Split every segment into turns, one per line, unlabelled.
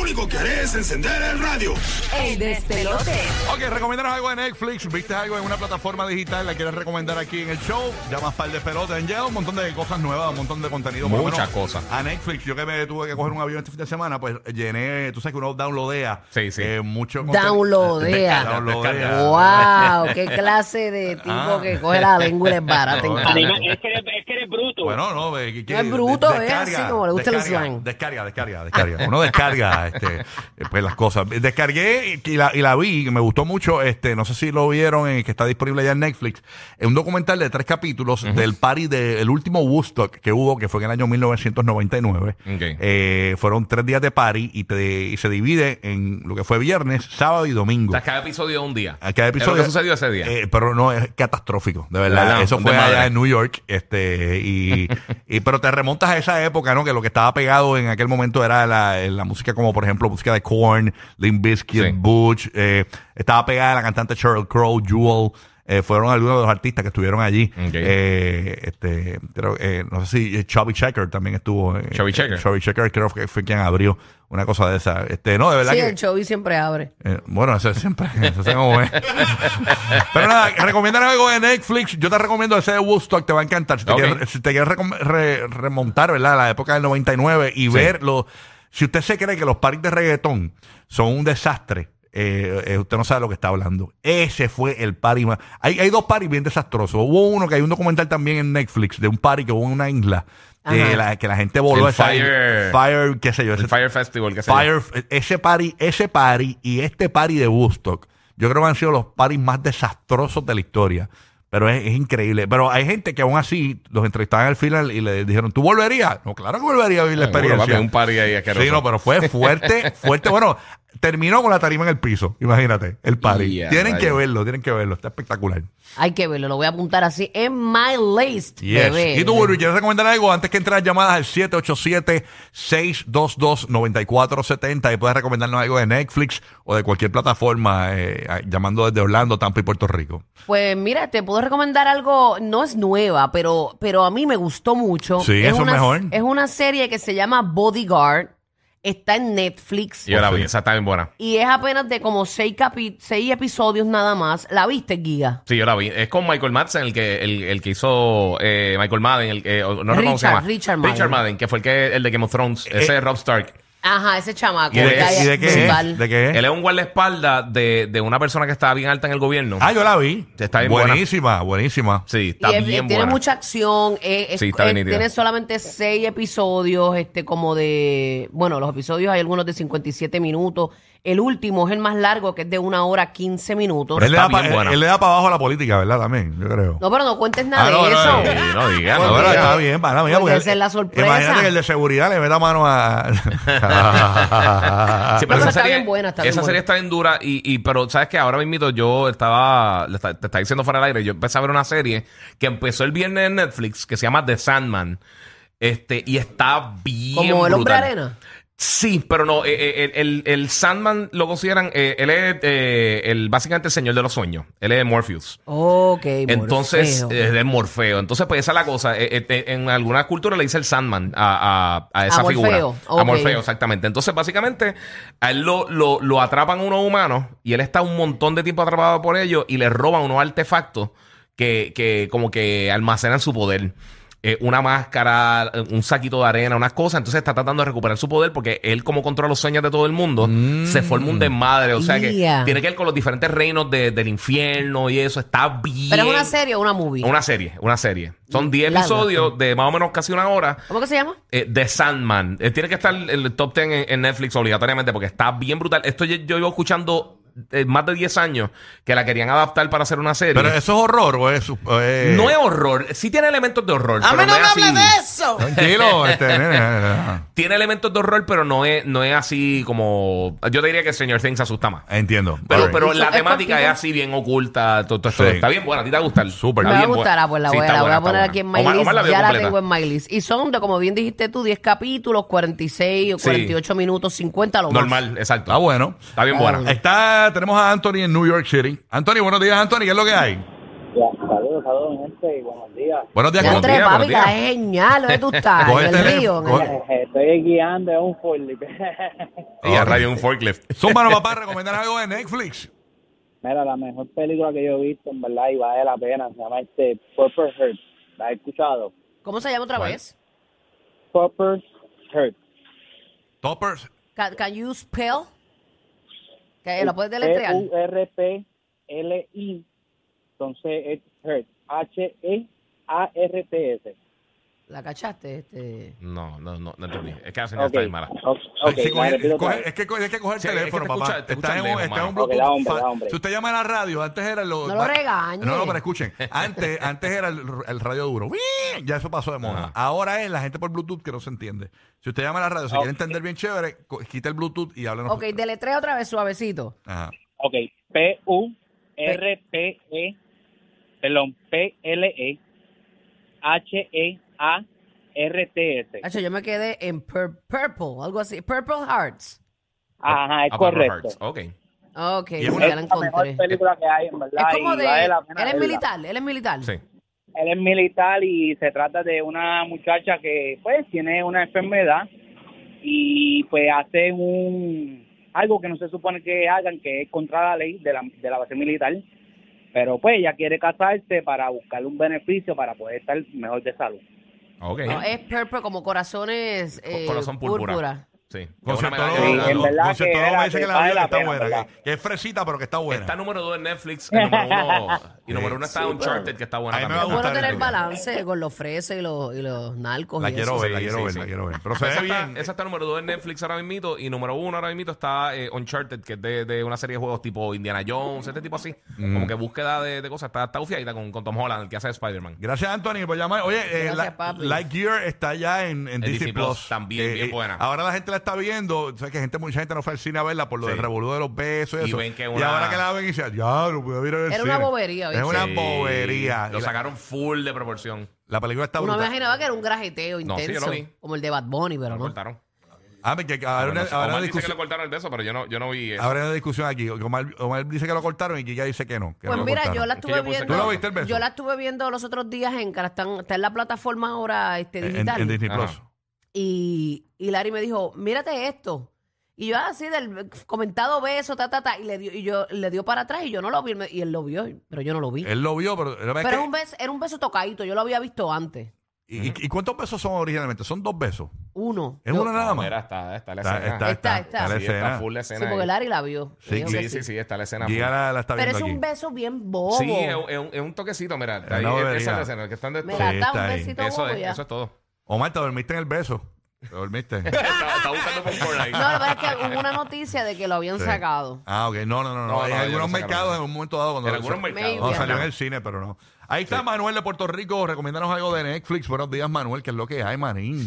único que haré es encender el radio.
El despelote.
Ok, recomendanos algo de Netflix. ¿Viste algo en una plataforma digital? ¿La quieres recomendar aquí en el show? Llamas par de pelotas. Han llegado un montón de cosas nuevas, un montón de contenido. por lo
Muchas
menos
cosas.
A Netflix, yo que me tuve que coger un avión este fin de semana, pues llené, tú sabes que uno downloadea
Sí, sí.
eh, mucho contenido.
Downloadea.
Descarga,
Downloadea.
¡Wow! ¡Qué clase de tipo
Ah.
que coge la lengua y les barata!
Animal, es, que eres, es que eres bruto.
Bueno, no, ve, que- que-
es bruto,
de-
es así
descarga,
como le gusta el
descarga,
slang.
Descarga, descarga, descarga. Uno descarga este, eh, pues, las cosas. Descargué y, y la, y la vi, y me gustó mucho. este No sé si lo vieron, eh, que está disponible ya en Netflix. Es un documental de tres capítulos del party del último Woodstock que hubo, que fue en el año 1999.
Ok.
Eh, fueron tres días de party y, te- y se divide en lo que fue viernes, sábado y domingo.
O sea, cada episodio es un día.
A cada episodio.
Es lo que sucedió ese día.
Eh, pero no, es catastrófico, de verdad.
¿Verdad?
Eso
De
fue
madre.
allá en New York. Este, y, y- pero te remontas a esa época, ¿no? Que lo que estaba pegado en aquel momento era la, la música, como por ejemplo, música de Korn, Limp Bizkit,
Sí.
Butch. eh, estaba pegada la cantante Sheryl Crow, Jewel. eh, fueron algunos de los artistas que estuvieron allí.
Ok.
Eh, este, creo, eh, no sé si eh, Chubby Checker también estuvo. eh,
Chubby Checker.
Chubby Checker creo que fue quien abrió una cosa de esa. Este, no, de verdad
Sí,
que,
el show y siempre abre.
eh, bueno, eso es siempre. Eso es como es. Pero nada, recomiendan algo de Netflix. Yo te recomiendo ese de Woodstock, te va a encantar. Si te
Ok.
quieres, si te quieres recom- re- remontar, ¿verdad? A la época del 99 y ver los. Si usted se cree que los parties de reggaetón son un desastre, eh, eh, usted no sabe lo que está hablando. Ese fue el party más. Hay, hay dos parties bien desastrosos. Hubo uno que hay un documental también en Netflix de un party que hubo en una isla.
Ajá.
Que la, que la gente voló
El
esa
Fire-
Fire, qué sé yo.
el
ese-
Fire Festival, que se
Fire, ese party, ese party y este party de Woodstock, yo creo que han sido los parties más desastrosos de la historia. Pero es, es increíble. Pero hay gente que aún así los entrevistaban al final y le dijeron, ¿tú volverías? No, claro que volvería a vivir la experiencia.
un party ahí asqueroso.
Sí, no, pero fue fuerte, fuerte. Bueno, terminó con la tarima en el piso, imagínate, el party.
Ya,
tienen que
rayos.
verlo, tienen que verlo, está espectacular.
Hay que verlo, lo voy a apuntar así en my list.
Yes.
bebé.
Y tú, Burbu, ¿quieres recomendar algo antes que entrar las llamadas al 787-622-9470 y puedes recomendarnos algo de Netflix o de cualquier plataforma eh, a- llamando desde Orlando, Tampa y Puerto Rico?
Pues mira, te puedo recomendar algo, no es nueva, pero, pero a mí me gustó mucho.
Sí,
es
eso es
una,
mejor.
Es una serie que se llama Bodyguard, está en Netflix
Y yo la vi, esa está bien buena.
y es apenas de como seis, capi- seis episodios nada más. ¿La viste, Giga?
Sí, yo la vi. Es con Michael Madsen, el que, el, el que hizo eh, Michael Madden, el que, o- no recuerdo cómo se
Richard,
llama.
Richard Madden.
que fue el, que, el de Game of Thrones.
Eh,
Ese es Rob Stark.
Ajá, ese chamaco.
¿Y de
que
qué-
hay-
y de qué es?
brutal.
¿De qué es?
Él es un guardaespaldas de, de una persona que está bien alta en el gobierno.
Ah, yo la vi.
Está bien
buenísima, buenísima.
Sí,
Y
está
es-
bien
tiene
buena.
mucha acción, eh, es-
Sí, está bien
eh,
nítida.
tiene solamente seis episodios, este como de, bueno, los episodios hay algunos de 57 minutos, el último es el más largo que es de una hora 15 minutos.
Él le, da
Está
pa-
bien buena.
él, él le da para abajo a la política, ¿verdad? También, yo creo.
No, pero no cuentes nada
Ah, no,
de
no,
eso.
no,
Sí, no digas,
Bueno,
no
pero
digas.
está bien, para mí.
Porque esa es la sorpresa.
Imagínate que el de seguridad le meta mano a.
Sí, pero
No, pero
esa
está
serie,
bien buena, está
esa
bien buena.
serie está bien dura y, y- pero sabes que ahora mismo yo estaba le está- te estaba diciendo fuera del aire, yo empecé a ver una serie que empezó el viernes en Netflix que se llama The Sandman. Este y está bien
Como el hombre
brutal.
arena.
Sí, pero no, eh, eh, el, el- el Sandman lo consideran, eh, él es eh, el, básicamente el señor de los sueños, él es Morpheus.
Ok,
Entonces, eh,
Morfeo.
es de Morfeo. Entonces, pues esa es la cosa. Eh, eh, eh, en algunas culturas le dice el Sandman a, a- a esa
A Morfeo,
figura.
ok.
A Morfeo, exactamente. Entonces, básicamente, a él lo, lo, lo atrapan unos humanos y él está un montón de tiempo atrapado por ellos y le roban unos artefactos que, que como que almacenan su poder. Eh, una máscara, eh, un saquito de arena, unas cosas. Entonces está tratando de recuperar su poder porque él, como controla los sueños de todo el mundo, se
Mm.
forma un desmadre. O sea
Ya.
que tiene que ver con los diferentes reinos de- del infierno y eso. Está bien.
pero es una serie o una movie.
Una serie, una serie. Son 10
Larga.
episodios de más o menos casi una hora.
¿Cómo que se llama?
eh, de Sandman. Eh, tiene que estar el top 10 en, en Netflix obligatoriamente porque está bien brutal. Esto yo, yo llevo escuchando eh, más de 10 años que la querían adaptar para hacer una serie.
Pero eso es horror, o es. o es-
no es horror. Sí tiene elementos de horror. pero no es así.
eso!
Tranquilo, este, nene, nene, nene.
Tiene elementos de horror, pero no es, no es así como... Yo te diría que Stranger Things asusta más.
Entiendo.
Pero,
Ok.
pero
Eso
la
es
temática
cortito.
es así bien oculta. todo- todo esto.
Sí.
Está bien buena, a ti te va a gustar.
Súper.
Está
Me va a
bien
gustar,
buena.
ah, pues la
Sí,
voy, a-
está
la voy
buena,
a
está
poner
buena.
aquí en my
Omar-
list.
Omar la vio
ya la
completa.
tengo en my list. Y son, de, como bien dijiste tú, 10 capítulos, 46 o
Sí.
48 minutos, 50 lo más.
Normal, exacto. Ah,
Está bueno.
Está bien
Está
Ah,
buena.
bueno.
Está, tenemos a Anthony en New York City. Anthony, buenos días, Anthony. ¿Qué es lo que hay?
Ya, saludos, saludos, gente, y buenos días.
Buenos días,
Ya
buenos
entre
días,
papi,
buenos días.
está genial. ¿Dónde tú estás?
Coge
en
el
el
teléfono,
río. en el-
coge-
Eh, Estoy guiando en un forlip.
Y a radio un forklift.
Zumba, no, papá, recomendar algo de Netflix.
Mira, la mejor película que yo he visto, en verdad, y vale la pena, se llama este Purple Heart. ¿La he escuchado?
¿Cómo se llama otra vez?
Purple Heart.
Toppers.
Can, can you spell? Que Eh, ¿La puedes deletrear?
P-U-R-P-L-I. Entonces es Heart. E H-E-A-R-T-S.
¿La cachaste? Este?
No, no, no, no entendí. Es que la señal
Ok.
está bien mala.
O- ok,
Sí, coge-
la repito otra
coge-
vez.
es que coge- es que coger el
Sí, es que te
teléfono, papá.
escucha- te
está en,
escucha lejos,
está en un
mano.
Ok, la hombre,
fa-
la hombre.
Si usted llama a la radio, antes era los.
No lo regañe.
No, no, pero escuchen. Antes, antes era el, el radio duro. ¡Wii! Ya eso pasó de moda.
Ajá.
Ahora es la gente por Bluetooth que no se entiende. Si usted llama a la radio, se quiere entender bien chévere, co- quita el Bluetooth y háblenos.
Ok, deletrea otra vez suavecito.
Ajá.
Ok, P-U-R-P-E, E, perdón, E P-L-E, E H-E-A-R-T-S.
Hacho, yo me quedé en pur- purple, algo así. Purple Hearts.
Ajá, es
Ah, Purple
correcto.
Hearts. Ok.
Ok, sí,
es una-
ya la
Es la
encontré.
mejor película que hay, en verdad.
Es como
y
de...
vale la
él
pena
es
verla.
militar, él es militar.
Sí.
Él es militar y se trata de una muchacha que, pues, tiene una enfermedad y, pues, hace un algo que no se supone que hagan, que es contra la ley de la, de la base militar. Pero, pues, ella quiere casarse para buscar un beneficio para poder estar mejor de salud.
Ok.
No, es purple como corazones
Co-
eh,
Corazón púrpura. Sí. Es una medalla de
Sí,
Conceptólogo
oro.
en verdad
Conceptólogo
que
me dice que
era-
la
vale
vida
la
está
pena,
buena.
¿verdad?
Que, que es fresita, pero que está buena.
Está número 2 en Netflix. Y número 1 y número uno está Uncharted, que está buena
A mí me
también.
Es
va
bueno
a gustar. Contarle.
tener balance con los freses y los, y los narcos.
la
y
quiero
eso.
ver, la
Sí,
quiero
sí,
ver,
sí.
la quiero ver. Pero se
Esa
ve
está,
bien.
esa está número 2 en Netflix ahora mismito y número 1 ahora mismito está eh, Uncharted, que es de, de una serie de juegos tipo Indiana Jones, este tipo así.
Mm.
Como que búsqueda de, de cosas. Está, está ufiadita con, con Tom Holland, el que hace de Spider-Man.
Gracias, Anthony, por llamar. Oye, eh,
Gracias,
la-
papi.
Lightyear está ya en, en Disney, Plus.
también,
Eh,
bien
eh,
buena.
Ahora la gente la está viendo. O sea, que gente, mucha gente no fue al cine a verla por lo
Sí.
del revolú de los besos y,
Y
eso.
ven que
Y
una-
ahora que la ven y dicen, ya, lo voy a ver al
Era
cine".
una bobería,
Es
¿viste?
una
Sí.
bobería.
Lo
Y la-
sacaron full de proporción.
La, película está
Uno
brutal.
me imaginaba que era un grajeteo
No, sí, yo
intenso,
lo vi.
como el de Bad Bunny, pero
Lo
no.
cortaron.
Ah, que, que habrá
Bueno,
una,
no sé,
habrá una
Omar dice que
discusión,
le cortaron el beso, pero yo no, yo no vi eso.
habrá una discusión aquí. Omar, Omar dice que lo cortaron y Giga dice que no. que no
Pues
lo
mira,
cortaron.
yo la
Es que
estuve
yo puse
viendo.
¿Tú lo viste el beso?
Yo la estuve viendo los otros días en que la están- está en la plataforma ahora este,
En,
digital.
en Disney
Ajá.
Plus.
y, y Larry me dijo, mírate esto. Y yo así del comentado beso, ta, ta, ta. Y le dio, y yo le dio para atrás y yo no lo vi. él me- Y él lo vio, pero yo no lo vi.
Él lo vio, pero... la verdad es
pero
que-
es un beso, era un beso tocadito, yo lo había visto antes.
¿Y, y- y cuántos besos son originalmente? Son dos besos.
Uno.
Es
Yo-
uno nada más.
Mira, está, está la
Está-
escena.
está-
está- está
Sí,
la escena.
full la
Sí,
escena.
porque
ahí.
Larry la vio.
Sí,
Dijo que
sí, sí, sí, está la escena.
Giga
full.
la, la está
Pero
viendo
es un
aquí.
beso bien bobo.
Sí, es, un- es un- es un toquecito, mira.
Es
ahí,
una
esa es
bobería.
la escena, que están de-
Mira,
Sí,
está
está
un
ahí.
besito
Eso
bobo
es,
ya.
eso es todo.
Omar, te dormiste en el beso. Te dormiste.
está, está buscando popcorn ahí.
No, la verdad es que hubo una noticia de que lo habían
Sí.
sacado.
Ah, ok. No, no, no. no.
No,
en
no, ellos
algunos
no sacaron
mercados,
eso.
en un momento dado, cuando
En algunos
cuando
mercados.
Maybe.
salió en el cine, pero no. Ahí está Manuel de Puerto Rico. Recomiéndanos algo de Netflix. Buenos días, Manuel. que es lo que hay, Marín?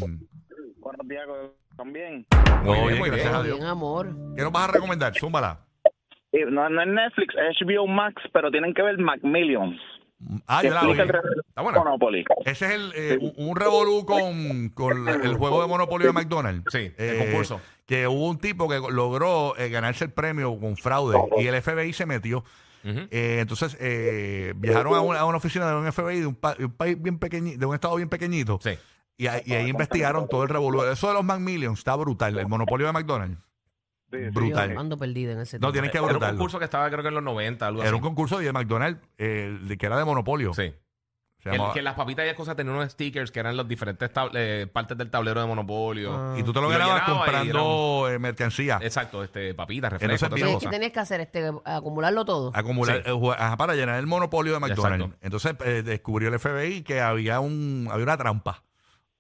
Buenos días también.
Muy
Todo
bien, muy
gracias
bien.
a Dios.
Bien, amor.
¿Qué nos vas a recomendar? Zúmbala.
Eh, no, no es Netflix, es HBO Max, pero tienen que ver Macmillions.
Ah,
Que
yo la vi.
explica el re-
Está buena.
Monopoly.
Ese es el, eh, un- un revolú con, con la- el juego de Monopolio de McDonald's. Eh,
Sí, el concurso.
Que hubo un tipo que logró eh, ganarse el premio con fraude y el FBI se metió.
Ujú.
Eh, entonces eh, viajaron a una, a una oficina de un FBI de un, pa- de un país bien pequeñito, de un estado bien pequeñito.
Sí.
Y, ahí- y ahí investigaron todo el revolú. Eso de los McMillions está brutal. El monopolio de McDonald's.
Yo
brutal.
ando perdida en ese
No,
tema.
tienen que
Era un
brutal.
concurso que estaba creo que en los 90, algo
Era
así.
un concurso de McDonald's eh, de- que era de monopolio.
Sí.
Se
Que,
llamaba-
que las papitas y las cosas tenían unos stickers que eran las diferentes tab- eh, partes del tablero de Monopolio.
Ah.
y tú te lo
y lo
ganabas
llenaba y
comprando eh, mercancía.
Exacto, este, papitas,
Entonces,
refrescos, todas
Tienes
esas
que,
cosas.
tenías que hacer este, acumularlo todo.
acumular
Sí.
eh, ju- ajá, para llenar el monopolio de McDonald's.
Exacto.
Entonces eh, descubrió el FBI que había un había una trampa.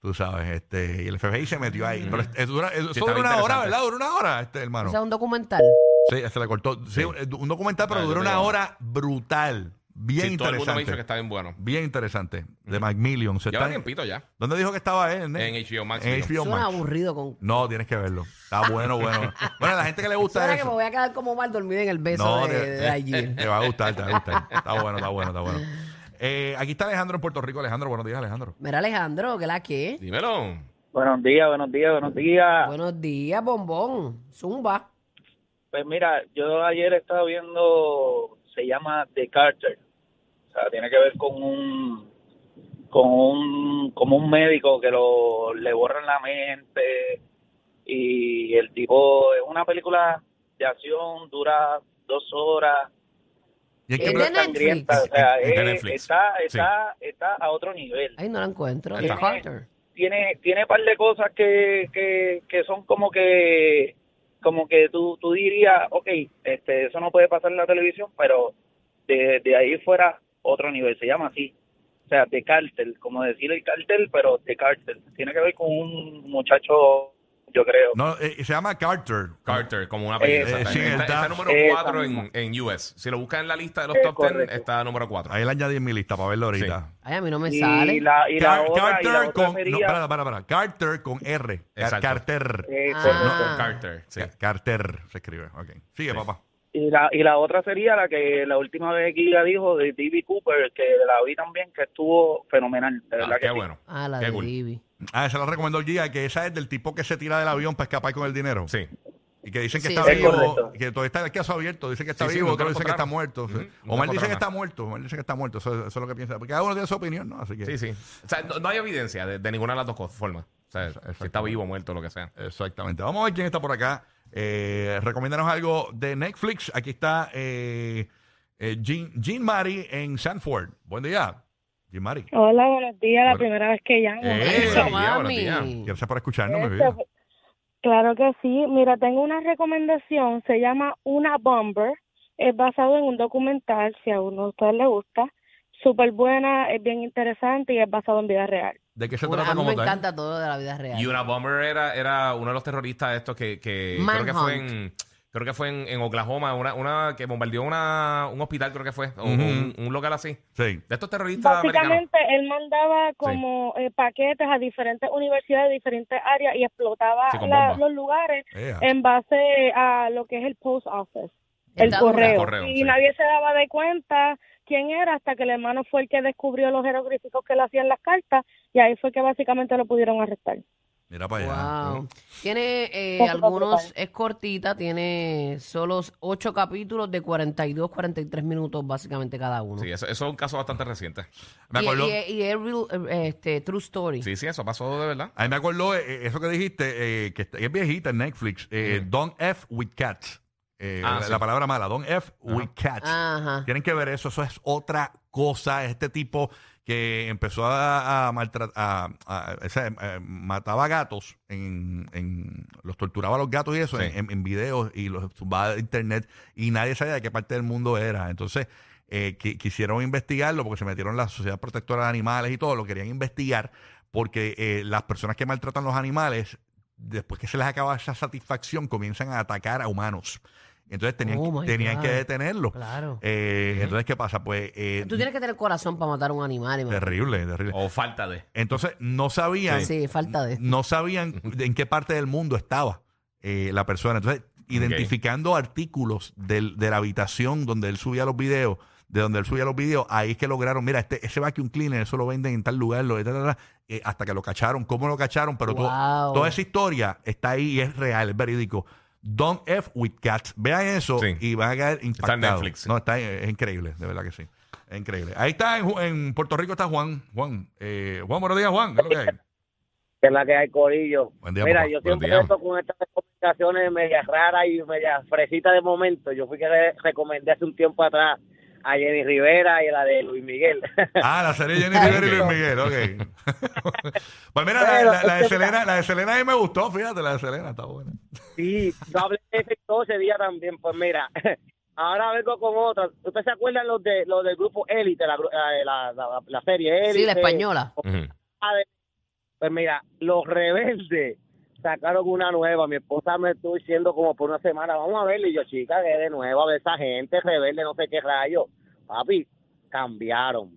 Tú sabes, este, y el FBI se metió ahí. Pero es- es dura- es- eso
Mm. estaba
dura una hora,
interesante.
¿verdad? Dura una hora, este hermano.
O sea, un documental.
Sí, se le cortó. Sí, eh, un un documental, pero
Ah, yo
dura
te
una
digo.
hora brutal. Bien
Sí, todo el mundo me ha dicho que
interesante.
está bien bueno.
Bien interesante. De Macmillion. Se
Lleva
está en-
tiempito ya.
¿Dónde dijo que estaba él?
En HBO Max.
En
digo.
HBO
Suena
Max.
aburrido con...
No, tienes que verlo. Está bueno, bueno. bueno, a la gente que le gusta
Suena que me
eso.
voy a quedar como mal dormida en el beso
No,
de,
te-
de ayer.
Te va a gustar, te va a gustar. Está bueno, está bueno, está bueno. Eh, aquí está Alejandro en Puerto Rico. Alejandro, buenos días, Alejandro.
Mira, Alejandro, que la que.
Dímelo.
Buenos días, buenos días, buenos días.
Buenos días, bombón. Zumba.
Pues mira, yo ayer estaba viendo, se llama The Carter.
sea, tiene que ver con un con un como un médico que lo le borran la mente y el tipo es una película de acción dura dos horas
Y hay
Es
que
de
pre-
es sangrienta o
Netflix.
sea,
Es de
es-
Netflix,
está está está a otro nivel
Ahí no la encuentro.
Ahí está.
Carter.
tiene tiene par de cosas que, que, que son como que como que tú, tú dirías ok este eso no puede pasar en la televisión pero de, de ahí fuera otro nivel se llama así o sea de cártel como decir el cártel pero de cártel tiene que ver con un muchacho yo creo
no, eh, se llama Carter.
Carter, como una película.
Eh,
exactamente.
sí,
está,
está-
está número
Eh,
4 en,
también.
en US. Si lo buscan en la lista de los
Eh,
top 10,
correcto.
está número 4.
Ahí le añadí en mi lista para verlo ahorita.
Ay, a mí no me pues
y
sale.
la y la
Car-
otra y la
Carter
otra
con. No,
sería-
para, para, para. Carter con R. Car-
Exacto.
Carter.
eh,
Ah.
correcto.
Carter, sí. Ah,
Ca- Carter se escribe. Ok. Sigue,
Sí.
papá.
Y la, y la otra sería la que la última vez que ella dijo de D.B. Cooper, que la vi también, que estuvo fenomenal. De verdad
Ah,
que
qué
sí.
bueno.
Ah, la
Qué
de
cool.
Divi.
Ah, se la recomendó el guía, que esa es del tipo que se tira del avión para escapar con el dinero.
Sí.
Y que dicen que
Sí,
está
sí.
Es
vivo,
correcto.
que todavía está el caso abierto, dicen que está
Sí, sí,
vivo,
nunca
otros
lo
dicen que está muerto.
encontraron.
sí.
Ujú, nunca
Omar dice que
encontraron
está muerto, Omar dice que está muerto, eso, eso es lo que piensa. Porque cada uno tiene su opinión, ¿no? Así que...
Sí, sí. O sea, no, no hay evidencia de, de ninguna de las dos cosas- formas. O sea, si está vivo, muerto, lo que sea.
Exactamente. Vamos a ver quién está por acá. Eh, recomiéndanos algo de Netflix. Aquí está eh, eh, Jean, Jean Mari en Sanford. Buen día, Jean Mari.
Hola, buenos días. La
Bueno.
primera vez que llamo.
Eh,
Eso,
buenos días, buenos
mami.
días.
Gracias por escucharnos, mi
Este,
vida.
Claro que sí. Mira, tengo una recomendación. Se llama Una Bomber. Es basado en un documental, si a uno de ustedes le gusta. Súper buena, es bien interesante y es basado en vida real.
¿De qué se
Una-
trata
a mí me
como tal?
encanta todo de la vida real.
Y una bomber era, era uno de los terroristas estos que, que creo que fue en creo que fue en, en Oklahoma, una, una que bombardeó una, un hospital, creo que fue, o- o
Ujú.
un, un local así.
Sí.
De estos terroristas americanos.
Básicamente, él mandaba como eh, paquetes a diferentes universidades, diferentes áreas y explotaba
Sí, con
la-
bombas.
los lugares
Ea.
en base a lo que es el post office. el
Está dura.
correo.
El correo,
y
sí.
nadie se daba de cuenta quién era hasta que el hermano fue el que descubrió los jeroglíficos que le hacían las cartas y ahí fue que básicamente lo pudieron arrestar.
Mira para allá.
Wow. Tiene eh,
Poco
algunos,
brutal.
es cortita, tiene solo ocho capítulos de 42, 43 minutos básicamente cada uno.
Sí, eso, eso es un caso bastante reciente.
Me
y,
acuerdo,
y es- y es real, eh, este, true story.
Sí, sí, eso pasó de verdad.
a mí me acuerdo eh, eso que dijiste, eh, que está- es viejita en Netflix. eh,
Ujú.
Don't F with cats. Eh,
Ah,
la,
sí.
la palabra mala. Don't F with cats.
Ah, Ajá.
Tienen que ver eso, eso es otra cosa. Este tipo que empezó a, maltratar, eh, mataba gatos, en, en- los torturaba a los gatos y eso
Sí.
en, en- en videos y los tumbaba de internet y nadie sabía de qué parte del mundo era. Entonces eh, qui- quisieron investigarlo porque se metieron la Sociedad Protectora de Animales y todo, lo querían investigar porque eh, las personas que maltratan los animales, después que se les acaba esa satisfacción, comienzan a atacar a humanos. Entonces tenían,
Oh,
que-
my
tenían que
God.
detenerlo.
Claro.
Eh, Entonces, ¿qué pasa? Pues eh,
Tú tienes que tener corazón para matar a un animal. imagínate.
terrible, terrible.
O falta de.
Entonces, no
eh.
sabían,
Sí, falta de...
no sabían de en qué parte del mundo estaba eh, la persona. Entonces, identificando artículos del- de la habitación donde él subía los videos, de donde él subía los videos, ahí es que lograron, mira, este, ese vacuum cleaner, eso lo venden en tal lugar, lo, ta, ta, ta, eh, hasta que lo cacharon, cómo lo cacharon, pero todo-
Wow.
toda esa historia está ahí y es real, es verídico. Don't F with cats. Vean eso
Sí.
y van a caer impactados.
Netflix.
No, está, eh, es increíble, de verdad que sí. Es increíble. Ahí está, en, Ju- en Puerto Rico está Juan. Juan, eh, Juan, buenos días, Juan. ¿Qué es lo que hay?
que es la que hay corillo.
Buen día,
Mira,
papá.
yo
Buen
siempre
día.
esto con estas recomendaciones medias raras y medias fresitas de momento. Yo fui que le recomendé hace un tiempo atrás a Jenny Rivera y a la de Luis Miguel.
Ah, la serie Jenny Rivera y Luis Miguel, ok. pues mira, la, la- la de Selena, la de Selena ahí me gustó, fíjate, la de Selena está buena.
sí, yo hablé de ese todo ese día también. Pues mira, ahora vengo con otra. ¿Ustedes se acuerdan los de los del grupo Élite, la, gru- la, la- la- la serie Élite?
Sí, la española.
Ujú.
A ver, Pues mira, los rebeldes sacaron una nueva. Mi esposa me estuvo diciendo como por una semana, vamos a verla. Y yo, chica, que de nuevo a ver esa gente rebelde, no sé qué rayo. Papi, cambiaron.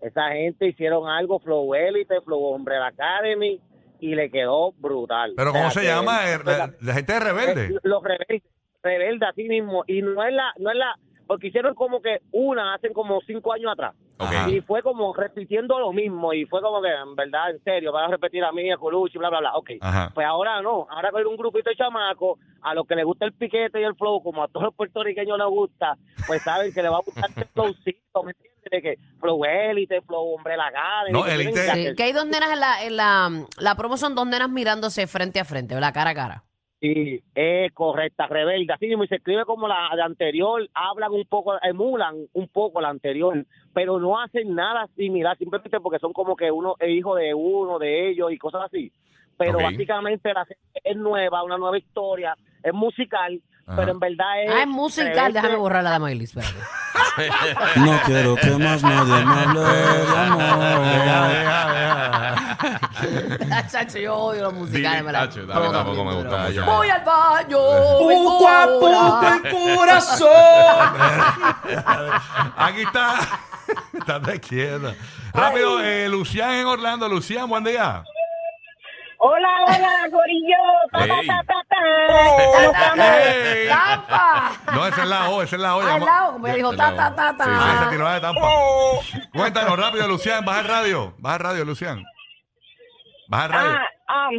Esa gente hicieron algo, Flow Elite, Flow Hombre Academy, y le quedó brutal.
Pero
O sea,
¿cómo se
que- pues,
llama? Eh, La, la gente de
eh,
Rebelde.
Los rebeldes, rebeldes así mismo. Y no es la, no es la, porque hicieron como que una, hacen como cinco años atrás.
Ok.
Ajá.
Y fue como repitiendo lo mismo y fue como que, en verdad, en serio, van a repetir a mí, a Colucci, bla, bla, bla. Ok.
Ajá.
Pues ahora no, ahora con un grupito de chamacos, a los que les gusta el piquete y el flow, como a todos los puertorriqueños les gusta, pues saben que les va a gustar este flowcito, ¿me entiendes? De que flow élite, flow hombre la gana.
No,
que tienen
élite.
que
Sí,
hacer.
que hay dos nenas en la, en la, la promo son dos nenas mirándose frente a frente, ¿verdad? Cara a cara.
Sí, es correcta, rebelde. Así mismo, y se escribe como la de anterior, hablan un poco, emulan un poco la anterior, pero no hacen nada similar, simplemente porque son como que uno es hijo de uno, de ellos y cosas así. Pero
Ok.
básicamente la serie es nueva, una nueva historia, es musical,
Ajá.
pero en verdad es...
Ah, es musical.
rebelde.
Déjame borrar la de Miley, espérate.
No quiero que más nadie me hable de
Deja,
amor.
deja, deja.
Ah, chacho, yo odio los musicales.
Dile,
me la-
chacho, a mí
No,
tampoco me
pero-
gusta, ya.
Voy al baño.
Uh,
vengo
Poco a poco
ahora.
el corazón.
Aquí está. Estate quieta. Rápido, eh, Lucián en Orlando. Lucián, buen día.
Hola, hola, gorillo. Ta, ta,
Ey.
ta, ta, ta. ¿Cómo estamos?
Ey.
¡Tampa!
No, esa es la O, esa es la O.
Al
Llama-
lado, me dijo ta, ta, ta, ta.
Sí,
Ah, se tiró la de Tampa.
Oh.
Cuéntanos rápido, Lucián. Baja el radio. Baja el radio, Lucián. Baja el radio.
Ah, am,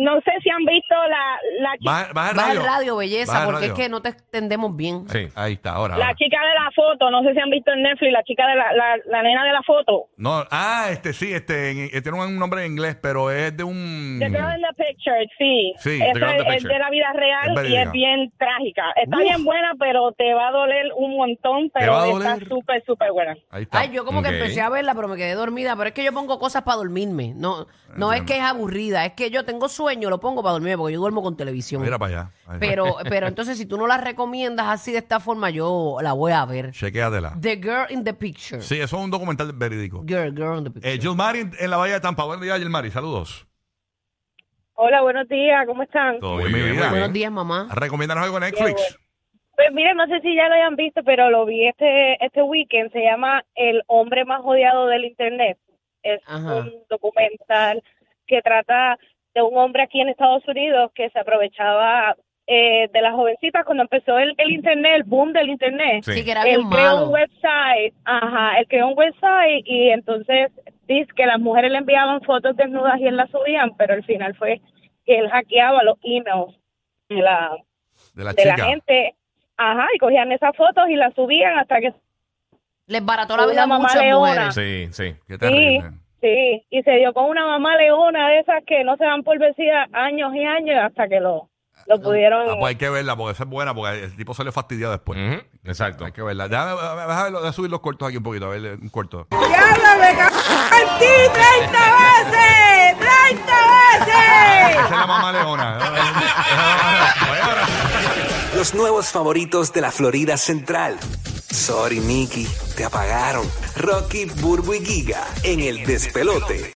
no sé si han visto la, la, chi-
Baja, baja el
Baja
radio.
el radio, belleza,
Baja el
porque
radio.
es que no te extendemos bien.
Sí.
Ahí está, ahora.
la
ahora.
chica de la foto. No sé si han visto en Netflix la chica de la, la, la nena de la foto.
No, ah, este sí, este en- eh, tiene un nombre en inglés, pero es de un.
The Girl in the Picture, sí.
Sí,
Eso
The Girl in the
es, es
Picture.
de la vida
Es
real y
verídica.
es bien trágica. Está
Uf.
bien buena, pero te va a doler un montón,
va
pero
a
está
doler.
súper, súper buena.
Ahí está.
Ay, yo como
Ok.
que empecé a verla, pero me quedé dormida. Pero es que yo pongo cosas para dormirme. No, no es que es aburrida, es que yo tengo sueño, lo pongo para dormirme, porque yo duermo con televisión.
Mira para allá. Ahí está.
Pero, pero entonces, si tú no la recomiendas así de esta forma, yo la voy a ver.
Chequéatela.
The Girl in the Picture.
Sí, eso es un documental verídico.
Girl, Girl in the Picture.
Eh, Gilmari en la Bahía de Tampa. Buen día, Gilmari. Saludos.
Hola, buenos días. ¿Cómo están?
Todo
Muy
bien,
bien,
mi
muy
vida.
Buenos días, mamá.
Recomiéndanos algo en Netflix.
Pues mire, no sé si ya lo hayan visto, pero lo vi este este weekend. Se llama El hombre más odiado del internet. Es
Ajá.
un documental que trata de un hombre aquí en Estados Unidos que se aprovechaba eh, de las jovencitas cuando empezó el, el internet, el boom del internet.
Sí.
Sí, que era
él
bien
creó
malo.
un website, ajá, él creó un website y entonces dice que las mujeres le enviaban fotos desnudas y él las subían, pero al final fue que él hackeaba los emails de la
De la
de
chica.
la gente. Ajá, y cogían esas fotos y las subían hasta que
Les barató la
Una
vida a
mamá
muchas
leona.
mujeres.
Sí, sí.
Qué terrible.
sí, y se dio con una mamá leona de esas que no se dan por vencida años y años hasta que lo, lo pudieron.
Ah, pues hay que verla porque esa es buena porque el tipo salió fastidiado después.
Ujú, Mm, Exacto.
Hay que verla. Déjame, déjame, verlo- déjame subir los cortos aquí un poquito. A ver, un corto. ¡Diablo, me 30 veces! ¡30 veces! Esa es la mamá leona. Esa es la mamá leona. Oye, ahora.
Los nuevos favoritos de la Florida Central. Sorry, Mickey, te apagaron. Rocky, Burbu y Giga en el despelote.